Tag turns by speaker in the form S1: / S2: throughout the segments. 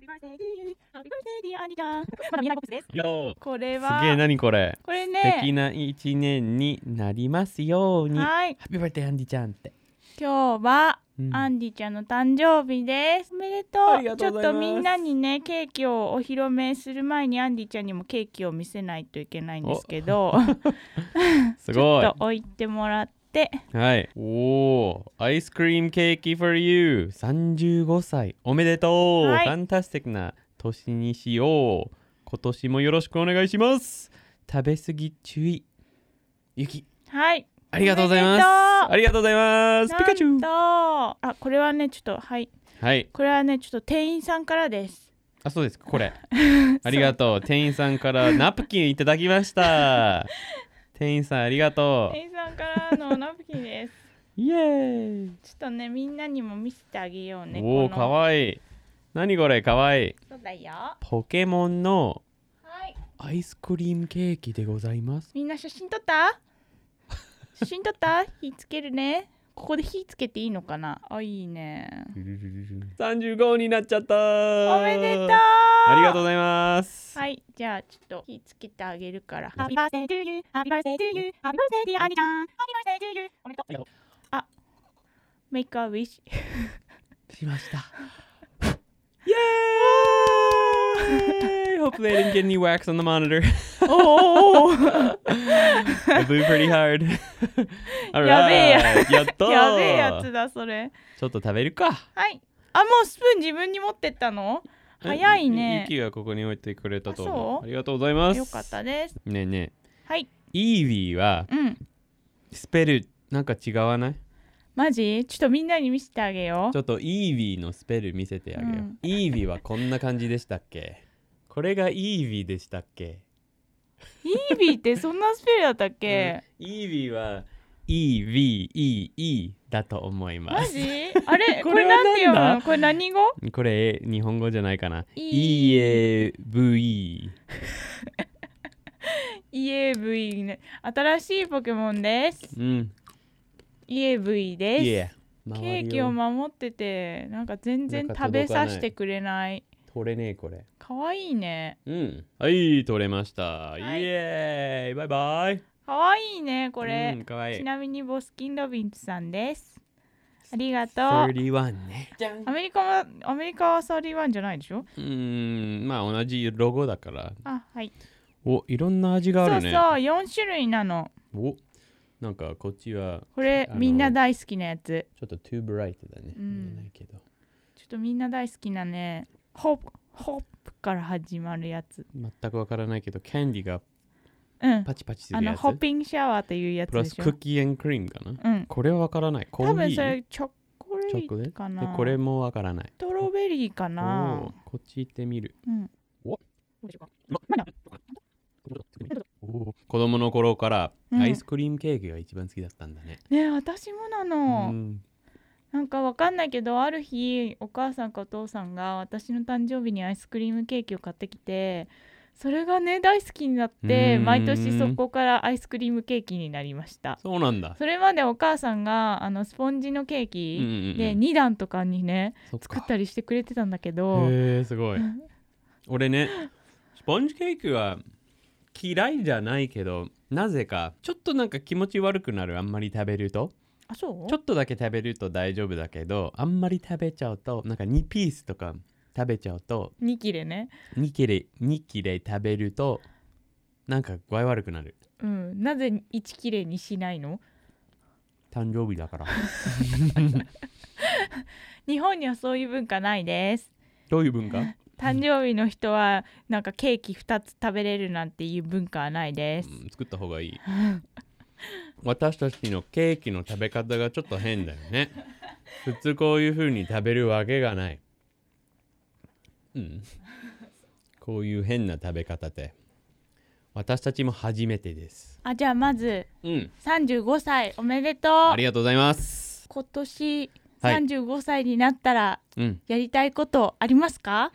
S1: ビバースデーディー、ハッピーバースデーディーアニちゃん。まだ見えないボックスです。
S2: よー
S1: これは、
S2: すげえ何これ
S1: これ
S2: 素敵
S1: ね、
S2: な一年になりますようにハ
S1: はい、
S2: ッピーバースデーアンディちゃんって、
S1: 今日は、
S2: うん
S1: アンディちゃんの誕生日です。おめでと
S2: あ
S1: う。
S2: りが
S1: ち
S2: と
S1: ょ
S2: うご
S1: っ
S2: ざ
S1: と
S2: いま
S1: み
S2: す
S1: んなにね、ケーキをお披露目する前にアンディちゃんにもケーキを見せないといけないんですけど、
S2: す
S1: ちょ
S2: ご
S1: っと置いてもらって、
S2: いはいおおアイスクリームケーキ for you 35歳おめでとう、
S1: はい
S2: ファンタスティックな年にしよう今年もよろしくお願いします食べ過ぎ注意ゆき
S1: はい。
S2: ありがとうござい
S1: おめ
S2: ます
S1: でとう
S2: ありがとうございますピカチュウ
S1: なんとあ、これはね、ちょっと、はい。
S2: はい
S1: これはね、ちょっと店員さんからです。
S2: あそうですか これありがとう店員さんからナプキンいただきました 店員さんありがとう
S1: 店員さんからのナプキンです。
S2: イエーイ
S1: ちょっとね、みんなにも見せてあげようね。
S2: おお
S1: この
S2: かわいい何これかわいい
S1: そうだよ。は
S2: ポケモンの
S1: い。
S2: アイスクリームケーキでございます
S1: みんな写真撮った写真撮った火つけるね。ここで火つけていいのかなあ、いいね。
S2: 35になっちゃった
S1: お
S2: お
S1: めでとう
S2: あ
S1: あ
S2: りがとう
S1: う
S2: ございます、
S1: はい、じゃあちょっと火つけてあげるから。
S2: Happy
S1: birthday to you, happy birthday to you, happy birthday to アニちゃん、happy birthday to you。おめで
S2: とう
S1: あ、make a wish。
S2: しました イエーイ Hope they didn't get any wax on the monitor
S1: おーおー
S2: I blew pretty hard
S1: やべえや
S2: Alright やったー
S1: やべえやつだ、それ。
S2: ちょっと食べるか
S1: はい。あ、もうスプーン自分に持ってったの 早いね
S2: えゆきがここに置いてくれたと
S1: あ
S2: 思
S1: そう
S2: うありがとうございます
S1: よかったです。
S2: ねえね
S1: はい。
S2: えイービーは
S1: うん。
S2: スペルなんか違わない
S1: マジちょっとみんなに見せてあげよ
S2: ちょっとイービーのスペル見せてあげよう、
S1: うん
S2: イービーはこんな感じでしたっけこれがイービーでしたっけ
S1: う。イービーってそんなスペルだったっけ、
S2: うんイービーは EVEE だと思いま
S1: マ
S2: す
S1: ジあれこ
S2: こ
S1: れ
S2: れ
S1: な
S2: は
S1: んて読む
S2: なん
S1: の
S2: だ
S1: これ何語
S2: これ日本語じゃないかな
S1: E
S2: EAVE
S1: イエーブイね。新しいポケモンです。
S2: うん
S1: イエーブイ
S2: い
S1: で
S2: え
S1: す。ケーキを守ってて、なんか全然
S2: なんか
S1: 食べ
S2: 届かな
S1: さ
S2: い
S1: せてくれない。
S2: 取れねえこれ
S1: かわいいね。
S2: うんはい取れました、
S1: い
S2: イエーイバイバイ
S1: かわいいね、こ
S2: う
S1: れ
S2: ん、。かわい
S1: ち
S2: い
S1: なみにボスキン・ロビンズさんです。ありがとう。
S2: 31ね
S1: アメリカはアメリカはサリーワンじゃないでしょ
S2: うーんまあ同じロゴだから
S1: あはい、
S2: おいろんな味が
S1: そ
S2: あ
S1: うそ
S2: る
S1: う
S2: ね
S1: 4種類なの
S2: おなんかこっちは
S1: これ
S2: あの
S1: みんな大好きなやつ
S2: ちょっと too bright だね、
S1: うん
S2: 見えないけど
S1: ちょっとみんな大好きなねホップホップから始まるやつ
S2: 全くわからないけどキャンディーが
S1: うん
S2: パチパチす
S1: あ
S2: る
S1: の
S2: やつ
S1: ホッピングシャワーというやつ
S2: プラ
S1: で
S2: ス
S1: し
S2: ク
S1: ょ
S2: ッキークリームかな
S1: うん
S2: これはわからないコ
S1: 多
S2: ー
S1: 分
S2: ヒ
S1: そ
S2: ー
S1: れチョコレ
S2: チョコ
S1: ー
S2: で
S1: トか
S2: で
S1: な
S2: これもわからない
S1: ストロベリーか
S2: お
S1: な
S2: ーこっち行ってみる
S1: うん
S2: お
S1: どうでしょうか
S2: おー子供の頃から
S1: うん
S2: アイスクリームケーキが一番好きだったんだね、
S1: ね私もな
S2: う
S1: の、
S2: ん
S1: なんかわかんないけどある日お母さんかお父さんが私の誕生日にアイスクリームケーキを買ってきてそれがね大好きになっ
S2: う
S1: て
S2: ーん
S1: 毎年そこからアイスクリームケーキになりました
S2: そうなんだ
S1: それまでお母さんがあのスポンジのケー
S2: うんうん
S1: キ
S2: うん
S1: で2段とかにね
S2: そっか
S1: 作ったりしてくれてたんだけど
S2: へえすごい俺ねスポンジケーキは嫌いじゃないけどなぜかちょっとなんか気持ち悪くなるあんまり食べると
S1: あそう
S2: ちょっとだけ食べると大丈夫だけどあんまり食べちゃうとなんか2ピースとか食べちゃうと
S1: 2切れね
S2: 2切れ2切れ食べるとなんか具合悪くなる
S1: うんなぜ1切れにしないの
S2: 誕生日だから
S1: 日本にはそういう文化ないです
S2: どういう文化
S1: 誕生日の人はなんかケーキ2つ食べれるなんていう文化はないです、
S2: うん作った方がいい私たちのケーキの食べ方がちょっと変だよね普通こういう風に食べるわけがないうんこういう変な食べ方で私たちも初めてです
S1: あじゃあまず
S2: うん
S1: 35歳おめでと
S2: あ
S1: う
S2: りがとうございます
S1: 今年
S2: はい
S1: 35歳になったら
S2: うん
S1: やりたいことありますか、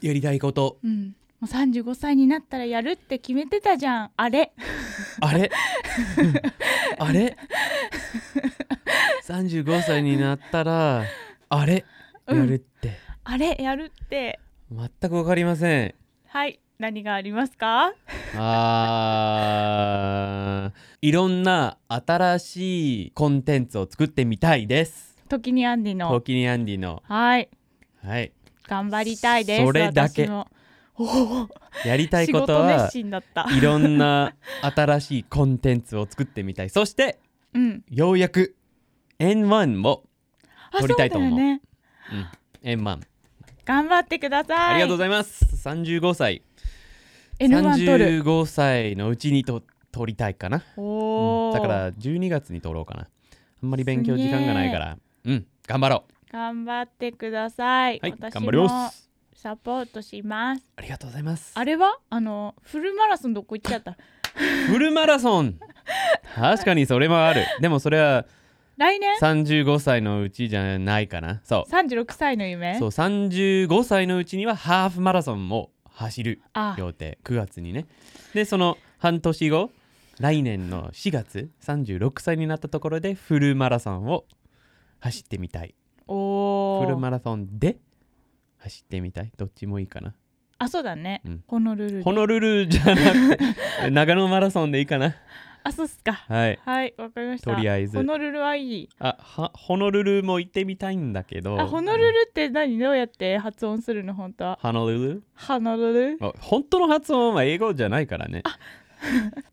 S2: やりたいこと
S1: うんもう35歳になったらやるって決めてたじゃんあれ
S2: あれ あれ35歳になったらあれやるって、
S1: あれやるって
S2: 全くわかりません
S1: はい何がありますか
S2: あーいろんな新しいコンテンツを作ってみたいです
S1: 時にアンディ
S2: ト
S1: の
S2: キニアンディの
S1: はい
S2: はい
S1: 頑張りたいです
S2: それだけ
S1: 私もおお
S2: やりたい
S1: 仕
S2: こと
S1: 事
S2: は
S1: 熱心だった
S2: いろんな新しいコンテンツを作ってみたいそして
S1: うん
S2: ようやく N1 も、
S1: あ
S2: 撮りたいと思う
S1: そうだよね
S2: うん、N1
S1: 頑張ってください
S2: ありがとうございます35歳
S1: N1 取る
S2: 35歳のうちにと撮りたいかな、
S1: おお、
S2: うんだから12月に撮ろうかなあんまり勉強時間がないからうん頑張ろ
S1: 頑張ってください、
S2: うはい
S1: 私
S2: 頑張りま
S1: も
S2: す
S1: サポートします
S2: ありがとうございます
S1: あれはあのフルマラソンどこ行っちゃった
S2: フルマラソン確かにそれも あるでもそれは
S1: 来年
S2: 35歳のうちじゃないかなそう
S1: 36歳の夢
S2: そう35歳のうちにはハーフマラソンも走る
S1: あ
S2: 予定9月にねでその半年後来年の4月36歳になったところでフルマラソンを走ってみたい
S1: お
S2: フル
S1: お
S2: マラソンで走ってみたいどっちもいいかな
S1: あそうだね、
S2: うん
S1: ホノルルで
S2: ホノルルじゃなくて 長野マラソンでいいかな
S1: あそうっすか
S2: はい
S1: はいわかりました
S2: とりあえず
S1: ホノルルはいい
S2: あはホノルルも行ってみたいんだけど
S1: あホノルルって何どうやって発音するの本当は
S2: ホノルル
S1: ハノルル
S2: あ本当の発音は英語じゃないからね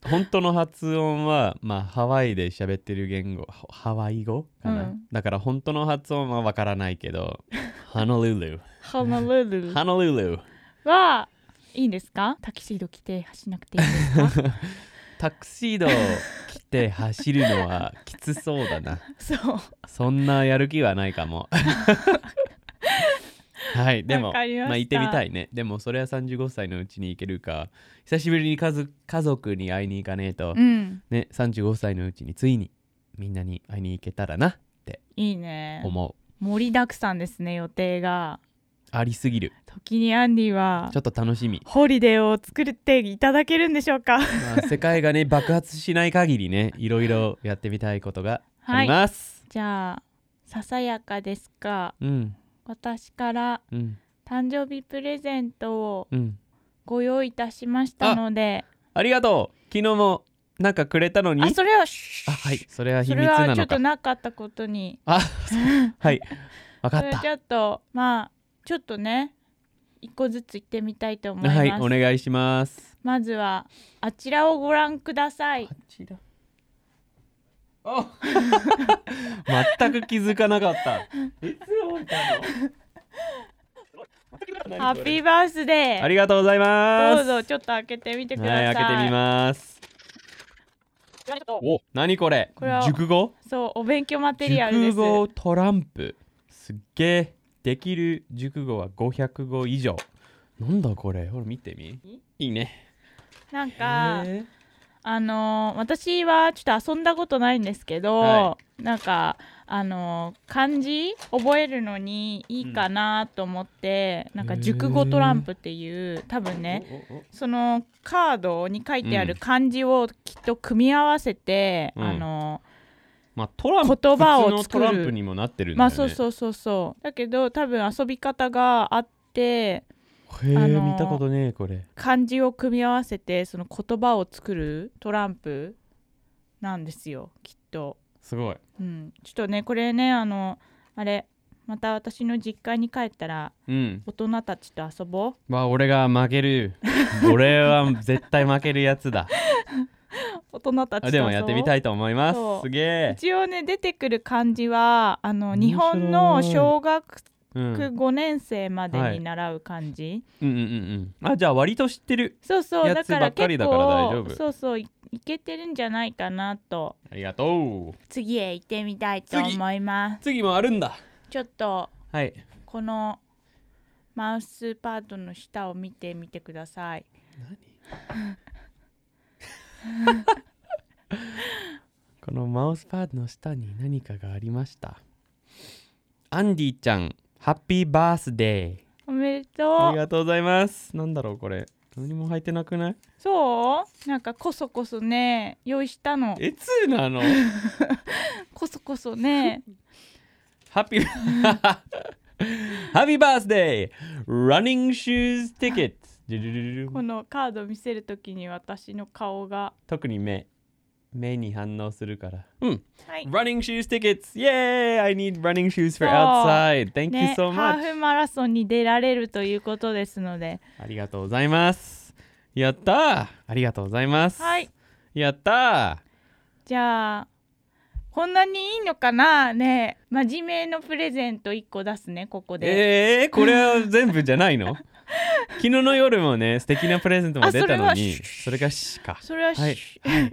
S2: 本当の発音は、まあ、ハワイで喋ってる言語ハハワイ語かな、
S1: うん
S2: だから本当の発音はわからない けどハノルル
S1: ハノルル
S2: ハノルル
S1: はいいんですかタキシード着て走らなくていいです か
S2: タクシードを着て走るのはきつそうだな
S1: そう
S2: そんなやる気はない かもはいでも
S1: わかりました
S2: あ行ってみたいねでもそれは35歳のうちに行けるか久しぶりに家族家族に会いに行かねえと、
S1: うん
S2: ね、35歳のうちについにみんなに会いに行けたらなって
S1: いいね
S2: 思う、
S1: 盛りだくさんですね予定が
S2: ありすぎる
S1: 時にアンディは
S2: ちょっと楽 しみ
S1: ホリデーを作っていただけるんでしょうか
S2: まあ世界がね爆発しない限りねいろいろやってみたいことがあります、
S1: じゃあささやかですか
S2: うん
S1: 私から
S2: うん
S1: 誕生日プレゼントを
S2: うん
S1: ご用意いたしましたので
S2: ありがとう昨日もなんかくれたのに
S1: あそれは
S2: あはいそれは秘
S1: それ
S2: 密な
S1: はちょ
S2: の
S1: っと
S2: か
S1: なかったことに
S2: あそうはいわか
S1: そ
S2: っ
S1: れ
S2: た
S1: ちょっとまあちょっとね一個ずつ行ってみたいと思います、
S2: はいお願いします
S1: まずはあちらをご覧ください
S2: ちら全く気づかなかった いつ置いたの
S1: ハッピーバースデ
S2: あ
S1: ー
S2: りがとうございます。
S1: どうぞちょっと開けてみてください、
S2: はい、開けてみます。お、何これ？
S1: これは
S2: 熟語？
S1: そうお勉強マテリアルで
S2: 熟
S1: す
S2: 語トランプ。すっげえ。できる熟語は500語以上。なんだこれ？ほら見てみ。いいね。
S1: なん
S2: へ
S1: か
S2: ー
S1: あのー私はちょっと遊んだことないんですけど、
S2: は
S1: なんかあのー漢字覚えるのにいいかなと思って、なんか熟語トランプっていう多分ね
S2: おおお
S1: そのカードに書いてある
S2: うん
S1: 漢字をきっと組み合わせて、
S2: うん
S1: あの
S2: まあトランプ
S1: 言葉を作る
S2: 普通のトランプにもなってるんだよね。
S1: まあそう
S2: う。
S1: そうそうそうだけど多分遊び方があって
S2: へえ、
S1: あのー
S2: 見たことねえこれ。
S1: 漢字を組み合わせてその言葉を作るトランプなんですよきっと。
S2: すごい。
S1: うん、ちょっとねこれねあのあれまた私の実家に帰ったら
S2: うん。
S1: 大人たちと遊ぼう
S2: まあ俺が負け る。俺は絶対負けるやつ だ。
S1: 大人たちと遊ぼ
S2: あ
S1: う
S2: でもやってみたいと思います
S1: そう。
S2: すげえ。
S1: 一応ね出てくる漢字はあの
S2: 面白い
S1: 日本の小学
S2: うん
S1: 5年生まで
S2: はい
S1: に習う漢字、
S2: うんうんうんうんあじゃあ割と知ってる
S1: そうそう
S2: やつ
S1: だか
S2: ば
S1: ら
S2: っかり
S1: 結
S2: だから大丈
S1: 構
S2: 夫
S1: そうそういいけてるんじゃないかなと
S2: ありがとう
S1: 次へ行ってみたいと思いま
S2: 次もあるんだ
S1: すちょっと
S2: はい
S1: このマウスパートの下を見てみてください
S2: このマウスパッドの下に何かがありましたアンディちゃんハッピーバースデ
S1: おめで
S2: ー
S1: と
S2: あ
S1: う
S2: りがとうございますなんだろうこれ何も入ってなくない
S1: そうなんかこそこそね用意したの
S2: いつなの
S1: こそこそね
S2: ハッピーハッピーバースデー !Running Shoes Ticket! ドゥルルルル
S1: このカード見せるときに私の顔が
S2: 特に目。目に反応するから。うん。
S1: はい、
S2: Running Shoes Tickets! Yay! I need running shoes for
S1: そう
S2: outside! Thank you
S1: ね、
S2: so
S1: ハ
S2: much!
S1: ーフマラソンに出られるということですので
S2: ありがとうございます。やったーありがとうございます。
S1: はい。
S2: やった
S1: じゃあこんなにいいのかなねえ真面目のプレゼント1個出すねここ
S2: ー
S1: で、
S2: えー、これは全部じゃな いの昨日の夜もね、素敵なプレゼントも出た
S1: あそれ
S2: のに、
S1: は
S2: それがしか。
S1: それはし、
S2: はい。はい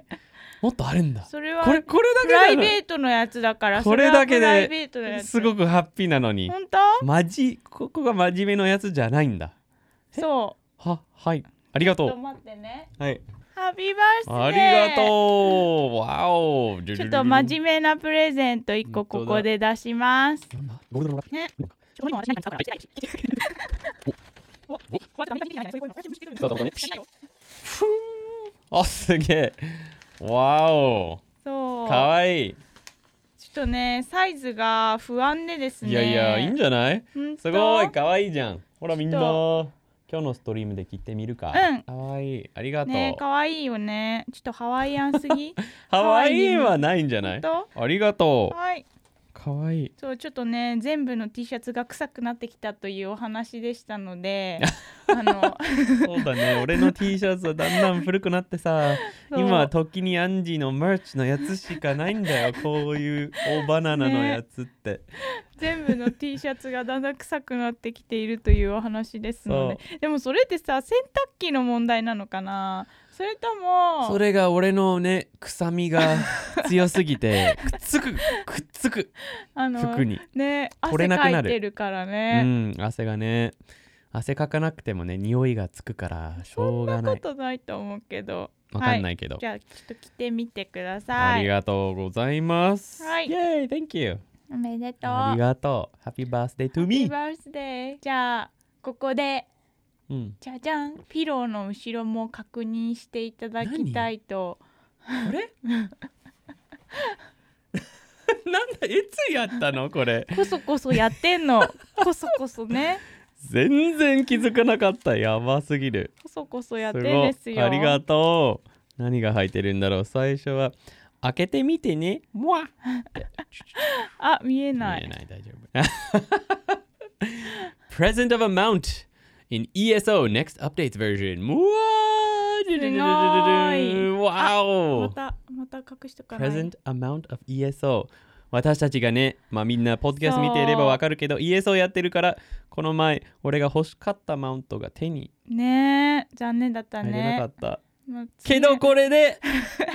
S2: もっとあるんだ。
S1: それは
S2: これ、これだけ
S1: プ
S2: な
S1: ラ
S2: の
S1: イベートのやつだから
S2: これだけ
S1: そはプライ
S2: で
S1: ベートのやつ
S2: すごくハッピーなのに
S1: 本当
S2: まじここが真面目のやつじゃないんだ
S1: そ
S2: ははいあり
S1: う
S2: がと
S1: ちょっ
S2: う
S1: と待ってね
S2: はい
S1: ハッピーバースデー
S2: ありがとうわおち
S1: ちょっと真面目なプレゼント1個ここで出しますね
S2: あすげえわお
S1: そう
S2: かわいい
S1: ちょっとねサイズが不安でですね
S2: いやいやいいんじゃない
S1: ほんと
S2: すごいかわいいじゃんほらみんな
S1: ち
S2: 今日のストリームで聞いてみるか、
S1: うん
S2: かわいいありがとう、
S1: ね可愛いよねちょっとハワイアンすぎ
S2: かわいいはないんじゃない
S1: ほん
S2: ありがと
S1: はい。
S2: うかわいい
S1: そうちょっとね全部の T シャツが臭くなってきたというお話でしたのであの
S2: そうだね、俺の T シャツはだんだん古くなってさ、
S1: そう
S2: 今は時にアンジーのマーチのやつしかないんだ よ、こういう大バナナのやつって。
S1: 全部の T シャツがだんだん臭くなってきているというお話ですのででもそれってさ洗濯機の問題なのかなそれとも
S2: それが俺のね、臭みが 強すぎて、くっつく、くっつく、
S1: あの
S2: 服に。
S1: ね
S2: 取れ
S1: 汗
S2: なくなる
S1: かいてるから
S2: う
S1: ね。
S2: ん、汗がね、汗かかなくてもね、匂いがつくから、しょうがな
S1: こ
S2: い。
S1: とないと思うけど
S2: わかんないけど。
S1: じゃあちょっと着てみてくだ
S2: あ
S1: さ
S2: り
S1: い
S2: がとうございます。
S1: はい
S2: イェイ、Thank you。
S1: おめでとう
S2: ありがとう。Happy birthday to
S1: Happy
S2: me。
S1: birthday じゃあここで
S2: うん、
S1: じゃじゃんピローの後ろも確認していただきたいと
S2: あれなんだいつやったのこれ
S1: こそこそやってんのこそこそね
S2: 全然気づかなかったやばすぎる
S1: こそこそやってん
S2: ご
S1: で
S2: い
S1: すよ
S2: ありがとう何が入ってるんだろう最初は開けてみ てねもわ
S1: あ見え
S2: 見え
S1: ない
S2: ない大丈夫 Present of amount in ESO next updates version もわ
S1: すごい
S2: わお
S1: またまた隠しとかない
S2: present amount of ESO 私たちがね、まあ、みんなポッドキャスト見ていればわかるけど ESO やってるからこの前俺が欲しかったマウントが手に
S1: ねえ残念だった
S2: 入れなか
S1: ね
S2: った、
S1: まあ
S2: けどこ れで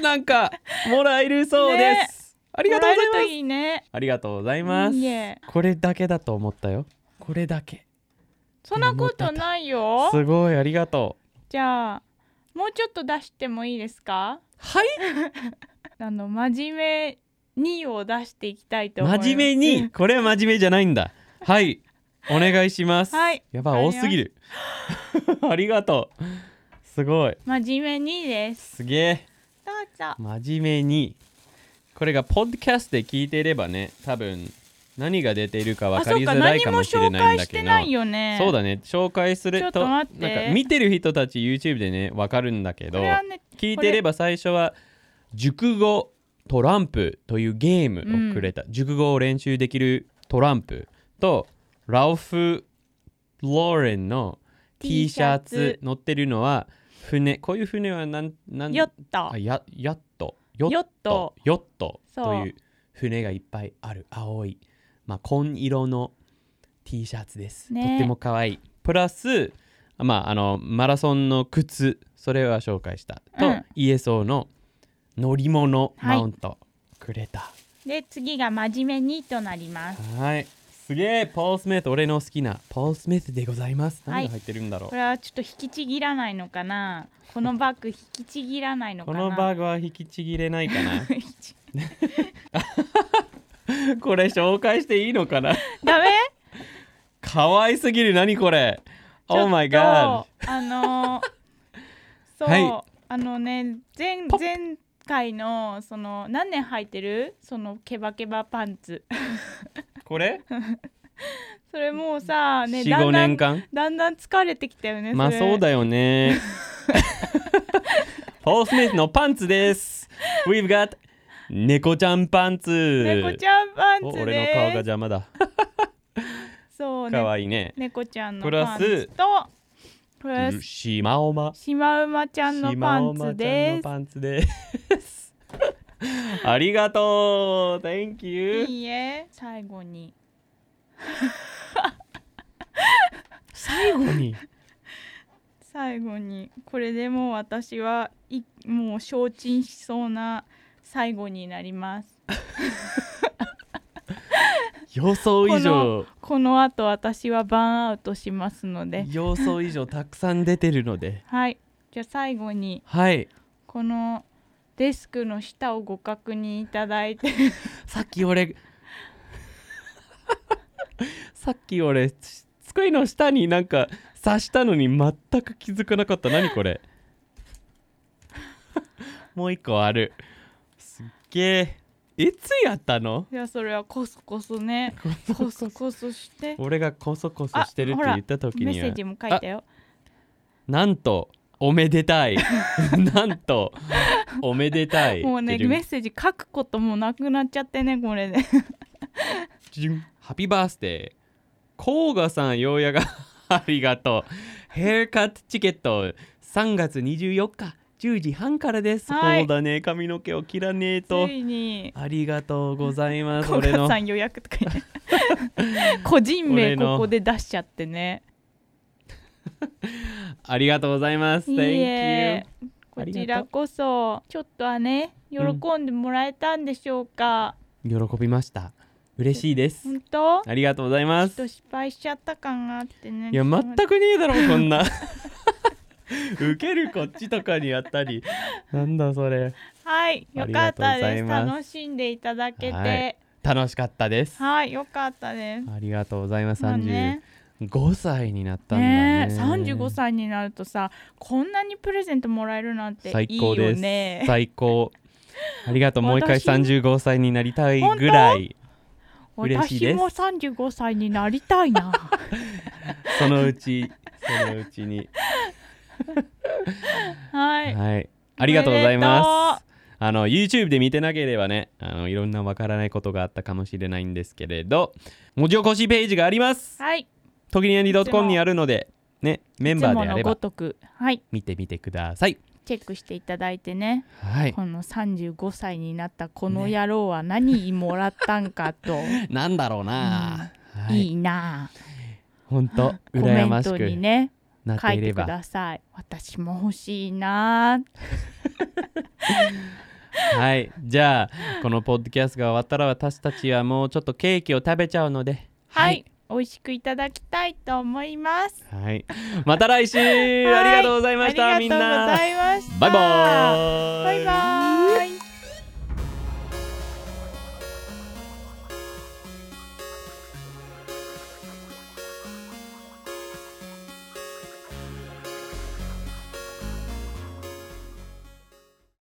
S2: なんかもらえるそうで
S1: ね
S2: す、ありがとうござい
S1: もら
S2: ま
S1: える
S2: す
S1: といいね
S2: ありがとうございます
S1: いいえ
S2: これだけだと思ったよこれだけ
S1: そんなことないよ
S2: すごいありがとう
S1: じゃあもうちょっと出してもいいですか
S2: はい
S1: あの真面目にを出していきたいと思います
S2: 真面目にこれは真面目じゃないんだはいお願いします
S1: はい
S2: やばい
S1: わ
S2: 多
S1: かります
S2: すぎる ありがとうすごい
S1: 真面目にです
S2: すげえ
S1: どうぞ
S2: 真面目にこれがポッドキャストで聞いていればね多分何が出ているか分かりづらいかもしれないんだ
S1: あそうか何も紹介して
S2: けど
S1: ないよね
S2: そうだね紹介する
S1: ち
S2: と
S1: ょっと待って
S2: なんか見てる人たち YouTube でね分かるんだけ
S1: こ
S2: ど
S1: れはね
S2: 聞いてれば最初は熟語トランプというゲームをくれた、熟語を練習できるトランプとラオフ・ローレンの T
S1: T
S2: シ
S1: シ
S2: ャ
S1: ャ
S2: ツ
S1: ツ
S2: 乗ってるのは船こういう船はなんなん
S1: 酔った
S2: あやヤットヨ
S1: ヨット
S2: ヨット
S1: そう
S2: という船がいっぱいある青い、まあ、紺色の T シャツです、
S1: ね
S2: とっても可愛いプラス、まあ、あのマラソンの靴それは紹介したと、
S1: うん
S2: ESO の乗り物
S1: はい
S2: マウント、くれた
S1: で次が真面目にとなります
S2: はいすげえポール・スミス俺の好きなポール・スミスでございます
S1: はい
S2: 何が入ってるんだろう、
S1: これはちょっと引きちぎらないのかなこのバッグ引きちぎらないのか
S2: こ
S1: な
S2: のバーグは引きちぎれないかな これ紹介していいのかな
S1: ダメ
S2: 可愛すぎる何これ Oh my
S1: ちょ
S2: god
S1: っとあ のーそう、
S2: はい
S1: あのね前
S2: ポッ
S1: 前回のその何年履いてるそのケバケバパンツ
S2: これ
S1: それもうさねだ
S2: 45
S1: んだ
S2: 年
S1: ん
S2: 間
S1: だんだん疲れてきたよね
S2: まあ
S1: れ
S2: そうだ よねホースメイトのパンツです We've got 猫ちゃんパンツ
S1: 猫ちゃんパンツ
S2: お
S1: です
S2: 俺の顔が邪魔だ
S1: そう
S2: か
S1: ね
S2: わいいね
S1: 猫ちゃんの
S2: プラ
S1: パン
S2: ス
S1: ツとプラス
S2: シマオマ
S1: シマウマちゃんのパンツ
S2: シマオマちゃんの
S1: です
S2: パンツですありがとう Thank you
S1: いいえ最後に
S2: 最後に
S1: 最後にこれでもう私はいもう承知しそうな最後になります
S2: 予想以上
S1: このあと私はバーンアウトしますので
S2: 予想以上たくさん出てるので
S1: はいじゃあ最後に
S2: はい
S1: このデスクの下をご確認いただい て
S2: さっき俺さっき俺つ机の下になんか刺したのに全く気づかなかった何これもう一個あるすっげえいつやったの
S1: じゃあそれはコソコソねコソコソして
S2: 俺がコソコソしてるって言った時
S1: メッ
S2: に
S1: セー
S2: は
S1: ジも書いたよ
S2: なんとおめで たいなんとおめでたい
S1: もうね
S2: てる
S1: メッセージ書くこともなくなっちゃってねこれで
S2: ジュンハッピーバースデー。コーガさん、ようや がありがとう。ヘアカットチケット、3月24日、10時半からです。
S1: はい
S2: そうだね、髪の毛を切らねえと
S1: つ。いに
S2: ありがとうございます。
S1: 小
S2: 俺
S1: 川
S2: の
S1: さん予約とか言って個人名
S2: 俺の
S1: ここで出しちゃってね
S2: ありがとうございます。
S1: いい
S2: Thank you
S1: え。こちらこそちょっとはね喜
S2: うん
S1: んでもらえたんでしょうか、
S2: 喜びました。嬉しいです。
S1: 本当
S2: ありがとうござい
S1: ちょ
S2: ま
S1: っと
S2: す。
S1: 失敗しちゃった感があってね
S2: いや、全くねえだろ、こんな。 受けるこっちとかにあったり。なんだそれ。
S1: はいよかった
S2: あ
S1: です
S2: りがとうございます
S1: 楽しんでいただけては
S2: はいい楽しかったです。
S1: よかったです
S2: ありがとうございます。
S1: まあ
S2: 三十、
S1: ね
S2: 5歳になったんだね
S1: ねえ35歳になるとさこんなにプレゼントもらえるなんて
S2: 最
S1: いいよ
S2: 高です
S1: ね
S2: 最高ありがとうもう一回
S1: 私
S2: 35歳になりたいぐらい嬉しい
S1: 私
S2: です
S1: も35歳になりたいな
S2: そのうちそのうちに
S1: はい
S2: はいありがとうございま
S1: おめです
S2: あの YouTube で見てなければねあのいろんなわからないことがあったかもしれないんですけれど文字起こしページがあります
S1: はい
S2: ときにやり .com にあるのでねメンバーであ
S1: い
S2: れ
S1: つものご
S2: ば
S1: とくはい
S2: 見てみてください
S1: チェックしていただいてね、
S2: はい
S1: この35歳になったこの野郎は何もらったんか と、
S2: なんだろうな、はい
S1: いいなあ
S2: 本当
S1: コメ
S2: 羨ま
S1: ン
S2: し
S1: トに
S2: く
S1: ね
S2: なっ
S1: 書
S2: て
S1: い
S2: い
S1: て
S2: れ
S1: く
S2: ば
S1: ださい私も欲しいなあ
S2: はいじゃあこのポッドキャストが終わったら私たちはもうちょっとケーキを食べちゃうので
S1: はい、美味しくいただきたいと思います
S2: はい、はいまた来週ありがとうございました
S1: は
S2: みん
S1: ありがとうご
S2: な
S1: ざいました
S2: バイバーイ
S1: バイバーイ